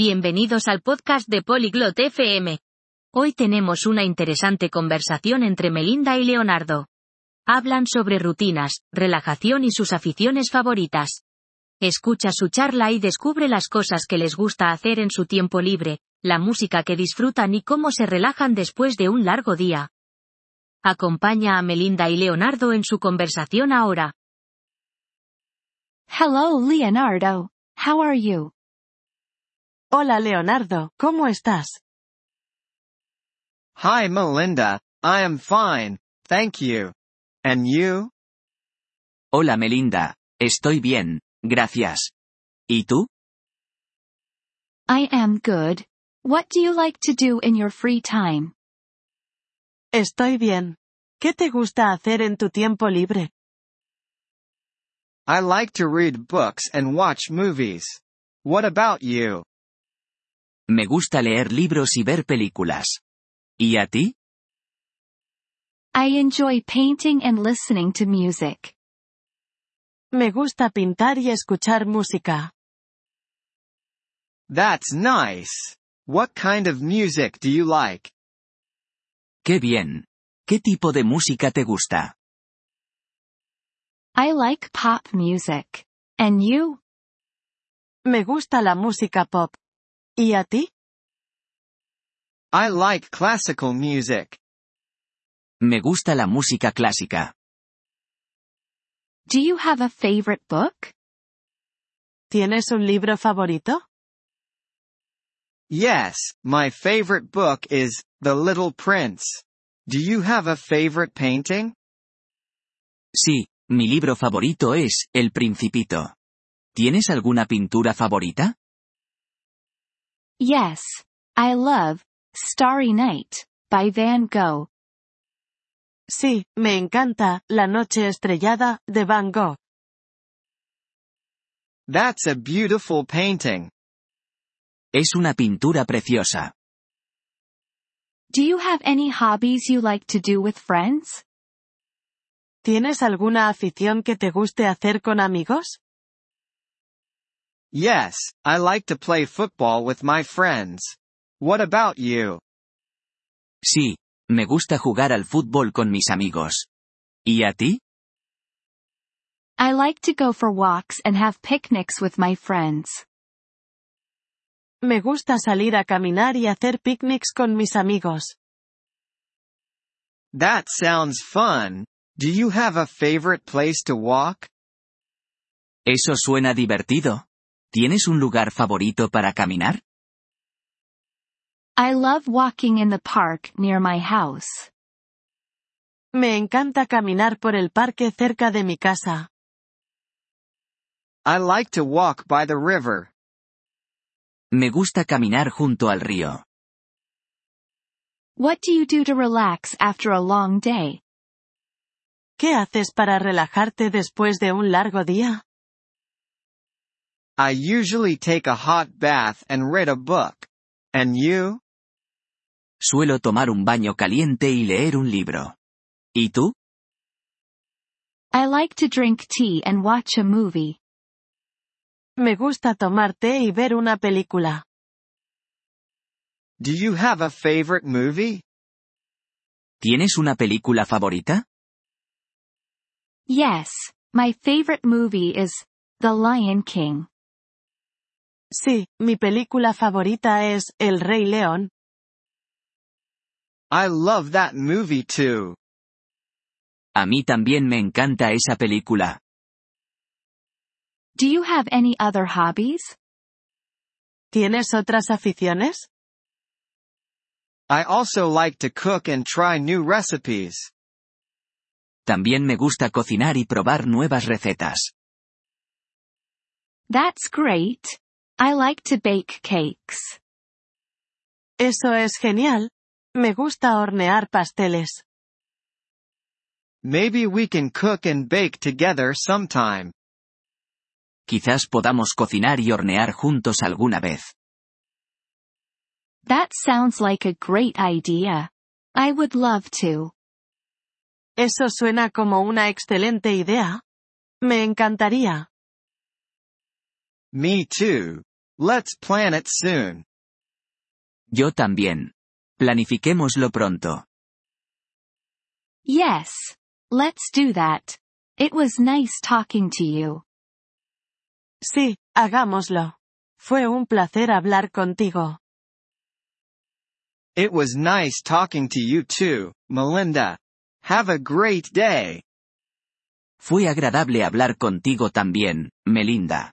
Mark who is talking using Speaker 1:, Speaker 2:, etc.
Speaker 1: Bienvenidos al podcast de Polyglot FM. Hoy tenemos una interesante conversación entre Melinda y Leonardo. Hablan sobre rutinas, relajación y sus aficiones favoritas. Escucha su charla y descubre las cosas que les gusta hacer en su tiempo libre, la música que disfrutan y cómo se relajan después de un largo día. Acompaña a Melinda y Leonardo en su conversación ahora.
Speaker 2: Hello, Leonardo. How are you?
Speaker 3: Hola Leonardo, ¿cómo estás?
Speaker 4: Hi Melinda, I am fine, thank you. And you?
Speaker 5: Hola Melinda, estoy bien, gracias. ¿Y tú?
Speaker 2: I am good. What do you like to do in your free time?
Speaker 3: Estoy bien. ¿Qué te gusta hacer en tu tiempo libre?
Speaker 4: I like to read books and watch movies. What about you?
Speaker 5: Me gusta leer libros y ver películas. ¿Y a ti?
Speaker 2: I enjoy painting and listening to music.
Speaker 3: Me gusta pintar y escuchar música.
Speaker 4: That's nice. What kind of music do you like?
Speaker 5: Qué bien. ¿Qué tipo de música te gusta?
Speaker 2: I like pop music. And you?
Speaker 3: Me gusta la música pop. ¿Y a ti?
Speaker 4: I like classical music.
Speaker 5: Me gusta la música clásica.
Speaker 2: Do you have a favorite book?
Speaker 3: ¿Tienes un libro favorito?
Speaker 4: Yes, my favorite book is The Little Prince. Do you have a favorite painting?
Speaker 5: Sí, mi libro favorito es El Principito. ¿Tienes alguna pintura favorita?
Speaker 2: Yes. I love Starry Night by Van Gogh.
Speaker 3: Sí, me encanta, La Noche Estrellada, de Van Gogh.
Speaker 4: That's a beautiful painting.
Speaker 5: Es una pintura preciosa.
Speaker 2: Do you have any hobbies you like to do with friends?
Speaker 3: ¿Tienes alguna afición que te guste hacer con amigos?
Speaker 4: Yes, I like to play football with my friends. What about you?
Speaker 5: Sí, me gusta jugar al fútbol con mis amigos. ¿Y a ti?
Speaker 2: I like to go for walks and have picnics with my friends.
Speaker 3: Me gusta salir a caminar y hacer picnics con mis amigos.
Speaker 4: That sounds fun. Do you have a favorite place to walk?
Speaker 5: Eso suena divertido. ¿Tienes un lugar favorito para caminar?
Speaker 2: I love walking in the park near my house.
Speaker 3: Me encanta caminar por el parque cerca de mi casa.
Speaker 4: I like to walk by the river.
Speaker 5: Me gusta caminar junto al río.
Speaker 2: What do you do to relax after a long day?
Speaker 3: ¿Qué haces para relajarte después de un largo día?
Speaker 4: I usually take a hot bath and read a book. And you?
Speaker 5: Suelo tomar un baño caliente y leer un libro. ¿Y tú?
Speaker 2: I like to drink tea and watch a movie.
Speaker 3: Me gusta tomar té y ver una película.
Speaker 4: Do you have a favorite movie?
Speaker 5: ¿Tienes una película favorita?
Speaker 2: Yes, my favorite movie is The Lion King.
Speaker 3: Sí, mi película favorita es El Rey León.
Speaker 4: I love that movie too.
Speaker 5: A mí también me encanta esa película.
Speaker 2: Do you have any other hobbies?
Speaker 3: ¿Tienes otras aficiones?
Speaker 4: I also like to cook and try new recipes.
Speaker 5: También me gusta cocinar y probar nuevas recetas.
Speaker 2: That's great. I like to bake cakes.
Speaker 3: Eso es genial. Me gusta hornear pasteles.
Speaker 4: Maybe we can cook and bake together sometime.
Speaker 5: Quizás podamos cocinar y hornear juntos alguna vez.
Speaker 2: That sounds like a great idea. I would love to.
Speaker 3: Eso suena como una excelente idea. Me encantaría.
Speaker 4: Me too. Let's plan it soon.
Speaker 5: Yo también. Planifiquémoslo pronto.
Speaker 2: Yes. Let's do that. It was nice talking to you.
Speaker 3: Sí, hagámoslo. Fue un placer hablar contigo.
Speaker 4: It was nice talking to you too, Melinda. Have a great day.
Speaker 5: Fue agradable hablar contigo también, Melinda.